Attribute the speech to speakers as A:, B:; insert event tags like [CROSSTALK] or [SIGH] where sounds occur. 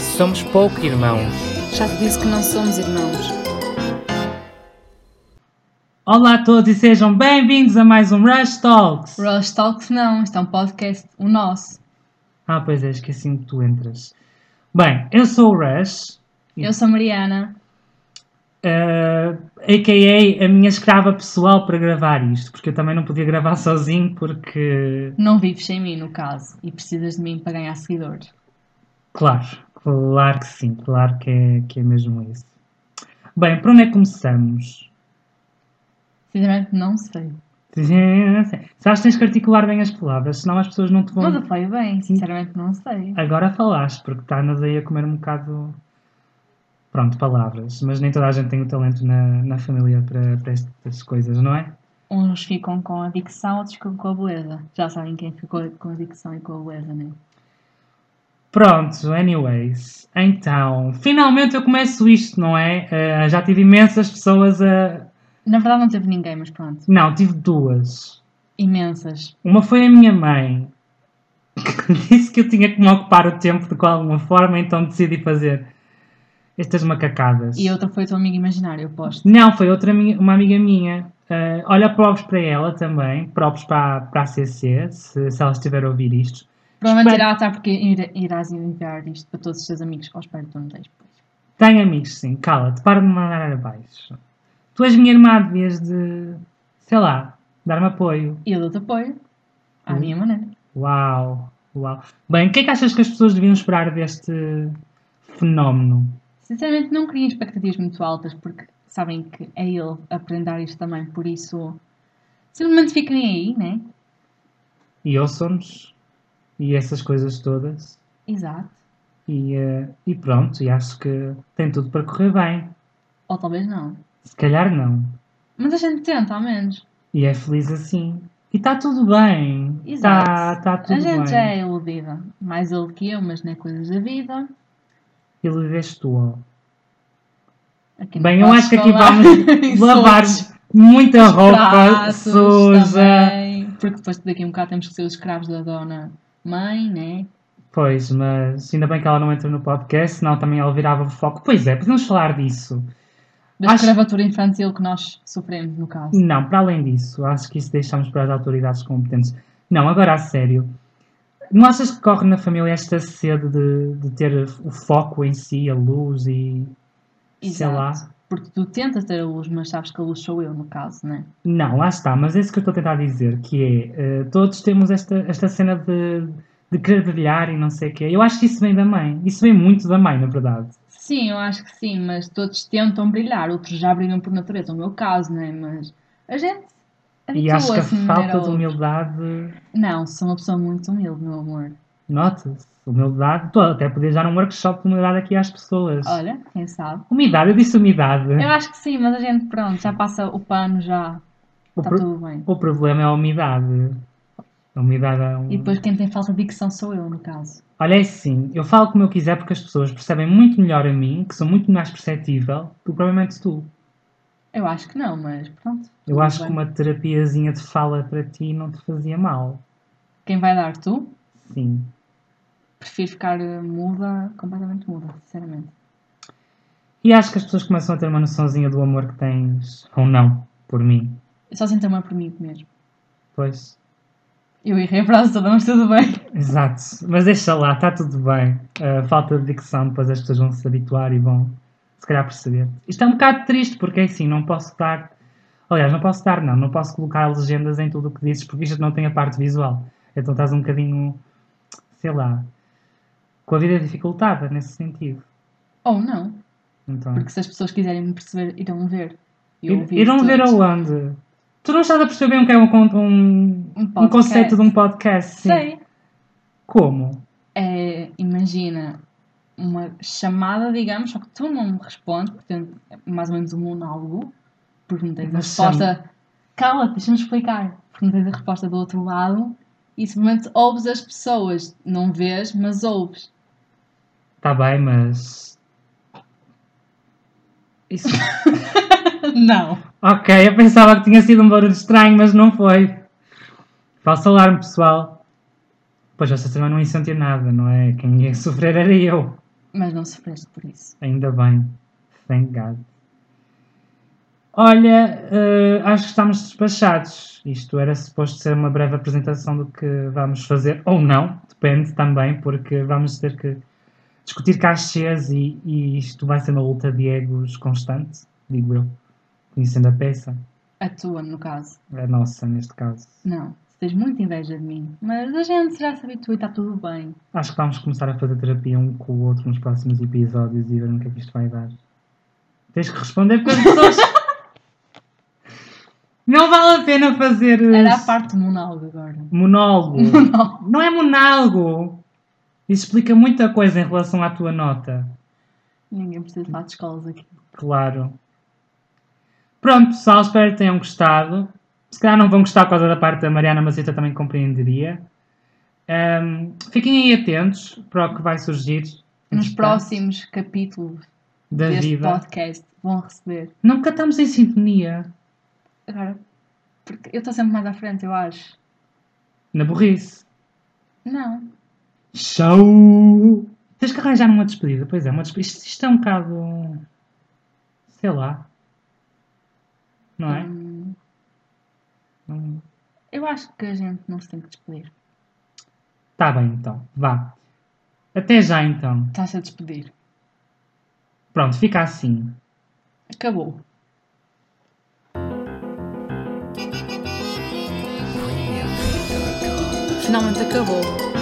A: somos pouco irmãos.
B: Já te disse que não somos irmãos.
A: Olá a todos e sejam bem-vindos a mais um Rush Talks.
B: Rush Talks não, isto é um podcast, o nosso.
A: Ah, pois é, esqueci-me que tu entras. Bem, eu sou o Rush,
B: Eu sou a Mariana.
A: eh, a.k.a. a minha escrava pessoal para gravar isto, porque eu também não podia gravar [LAUGHS] sozinho, porque...
B: Não vives sem mim, no caso, e precisas de mim para ganhar seguidores.
A: Claro, claro que sim, claro que é, que é mesmo isso. Bem, por onde é que começamos? [LAUGHS]
B: Sinceramente, não sei.
A: Sabes que tens que articular bem as palavras, senão as pessoas não te vão...
B: Mas eu falei bem, sinceramente, não sei.
A: Agora falaste, porque está andas aí a comer um bocado. Pronto, palavras. Mas nem toda a gente tem o talento na, na família para, para estas coisas, não é?
B: Uns ficam com a dicção, outros ficam com a beleza. Já sabem quem ficou com a dicção e com a beleza, né?
A: Pronto, anyways. Então, finalmente eu começo isto, não é? Eh, já tive imensas pessoas a.
B: Na verdade, não teve ninguém, mas pronto.
A: Não, tive duas.
B: Imensas.
A: Uma foi a minha mãe, [LAUGHS] que disse que eu tinha que me ocupar o tempo de alguma forma, então decidi fazer estas macacadas.
B: E outra foi a tua amiga imaginária, eu posto.
A: Não, foi outra minha- uma amiga minha. Eh, olha, próprios para ela também, próprios para, para a CC, se, se ela estiver a ouvir isto.
B: Provavelmente
A: Espero-
B: irá estar porque ir- irás enviar isto para todos os teus amigos. Oh, espero que tu não tens. pois.
A: Tenho amigos, sim, cala-te, para de me mandar abaixo. Tu és minha irmã, devias de, sei lá, dar-me apoio.
B: E eu dou-te apoio. À
A: Hum.
B: minha maneira.
A: Uau, uau. Bem, o que é que achas que as pessoas deviam esperar deste fenómeno?
B: Sinceramente, não queria expectativas muito altas, porque sabem que é ele aprender isto também, por isso simplesmente fiquem aí, né?
A: E ouçam-nos, e essas coisas todas,
B: Exato.
A: e, eh, e pronto, e acho que tem tudo para correr bem.
B: Ou talvez não.
A: Se calhar não.
B: Mas a gente tenta, ao menos.
A: E é feliz assim. E está tudo bem.
B: Exato.
A: Está tá tudo
B: a gente
A: bem.
B: já é iludida. Mais ele que eu, mas não é coisas da vida.
A: Ele vês tu. ó.
B: Aqui não
A: Bem, eu
B: posso
A: acho que aqui
B: falar
A: vamos
B: [LAUGHS] em
A: [LAUGHS] lavar
B: sujos,
A: muita roupa
B: pratos
A: suja.
B: também, porque depois daqui a um bocado temos que ser os escravos da dona mãe, né?
A: Pois, mas ainda bem que ela não entra no podcast, senão também ela virava o foco. Pois é, podemos falar disso.
B: Da
A: Acho-
B: escravatura infantil que nós sofremos, no caso.
A: Não, para além disso, acho que isso deixamos para as autoridades competentes. Não, agora a sério. Não achas que corre na família esta sede de, de ter o foco em si, a luz e sei lá?
B: Porque tu tentas ter a luz, mas sabes que a luz sou eu, no caso, né?
A: Não, lá está, mas é isso que eu estou a tentar dizer, que é, eh, todos temos esta, esta cena de, de querer brilhar e não sei o quê. Eu acho que isso vem da mãe, isso vem muito da mãe, na verdade.
B: Sim, eu acho que sim, mas todos tentam brilhar, outros já brilham por natureza, o meu caso, né? Mas a gente.
A: E acho que a
B: habitua-se de uma
A: falta
B: maneira
A: de
B: ou outra.
A: humildade,
B: Não, sou uma pessoa muito humilde, meu amor.
A: nota-se, humildade, tô, até podia dar um workshop de humildade aqui às pessoas.
B: Olha, quem sabe?
A: Humildade, eu disse humildade.
B: Eu acho que sim, mas a gente, pronto, já passa o pano, já.
A: O,
B: Está
A: pro-
B: tudo bem.
A: o problema é a umidade. A umidade é um...
B: E depois quem tem falta de dicção sou eu, no caso.
A: Olha, é assim, eu falo como eu quiser porque as pessoas percebem muito melhor a mim, que sou muito mais perceptível do que provavelmente tu.
B: Eu acho que não, mas pronto.
A: Eu
B: tudo
A: acho que
B: bem.
A: uma terapiazinha de fala para ti não te fazia mal.
B: Quem vai dar tu?
A: Sim.
B: Prefiro ficar eh, muda, completamente muda, sinceramente.
A: E acho que as pessoas começam a ter uma noçãozinha do amor que tens, ou não, por mim.
B: Eu É só sinto amor por mim mesmo.
A: Pois.
B: Eu errei a frase toda, mas tudo bem.
A: Exato. Mas deixa lá, está tudo bem. A falta de dicção, depois as pessoas vão se habituar e vão, se calhar, perceber. Isto é um bocado triste, porque é assim, não posso dar. Aliás, não posso dar, não. Não posso colocar legendas em tudo o que dizes, porque isto não tem a parte visual. Então estás um bocadinho, sei lá, com a vida dificultada nesse sentido.
B: Ou não.
A: Então.
B: Porque se as pessoas quiserem me perceber, irão ver. E
A: Ir-
B: ouvir
A: Irão ver
B: todos.
A: aonde? Tu não estás a perceber bem o que é um, con- um,
B: Um
A: um conceito de um podcast? Sim.
B: Sei.
A: Como?
B: É, imagina uma chamada, digamos, só que tu não me respondes, portanto, é mais ou menos um monólogo, porque não tens a
A: Uma
B: resposta. Cala-te, deixa-me explicar. Porque não tens a resposta do outro lado e simplesmente ouves as pessoas. Não vês, mas ouves. [LAUGHS]
A: Está Tá bem, mas. Isso.
B: não.
A: [LAUGHS] ok, eu pensava que tinha sido um barulho estranho, mas não foi. Falso alarme, [LAUGHS] pessoal. Pois vocês também não iam sentir nada, não é? Quem ia sofrer era eu.
B: Mas não sofreste por isso.
A: Ainda bem. Thank God. Olha, eh, acho que estamos despachados. Isto era suposto ser uma breve apresentação do que vamos fazer, ou não, depende também, porque vamos ter que discutir cachês e, e isto vai ser uma luta de egos constante, digo eu, conhecendo a peça,
B: A tua, no caso.
A: a nossa neste caso.
B: Não. Tu Tens muita inveja de mim. Mas a gente já se habitua e está tudo bem.
A: Acho que vamos começar a fazer terapia um com o outro nos próximos episódios e ver no que é que isto vai dar. Tens que responder para as pessoas. [LAUGHS] Não vale a pena fazer
B: Era a
A: eh,
B: parte do monólogo agora.
A: monólogo.
B: Monólogo.
A: Não é monólogo. Isso explica muita coisa em relação à tua nota.
B: Ninguém precisa falar de escolas aqui.
A: Claro. Pronto, pessoal, espero que tenham gostado. Se calhar não vão gostar por causa da parte da Mariana, mas eu também compreenderia. Ahm, fiquem aí atentos para o que vai surgir
B: Nos
A: entretanto,
B: próximos capítulos
A: da
B: deste
A: vida.
B: podcast vão receber.
A: Nunca estamos em sintonia.
B: Agora, porque eu estou sempre mais à frente, eu acho.
A: Na burrice.
B: Não.
A: Show! Tens que arranjar uma despedida. Pois é, uma despedida. Isto, isto é um bocado. Sei lá. Não é? Hum.
B: Hum,
A: Não-
B: eu acho que a gente não se tem que despedir.
A: Tá bem, então. Vá. Até já, então.
B: Estás a despedir.
A: Pronto, fica assim.
B: Acabou. Finalmente acabou.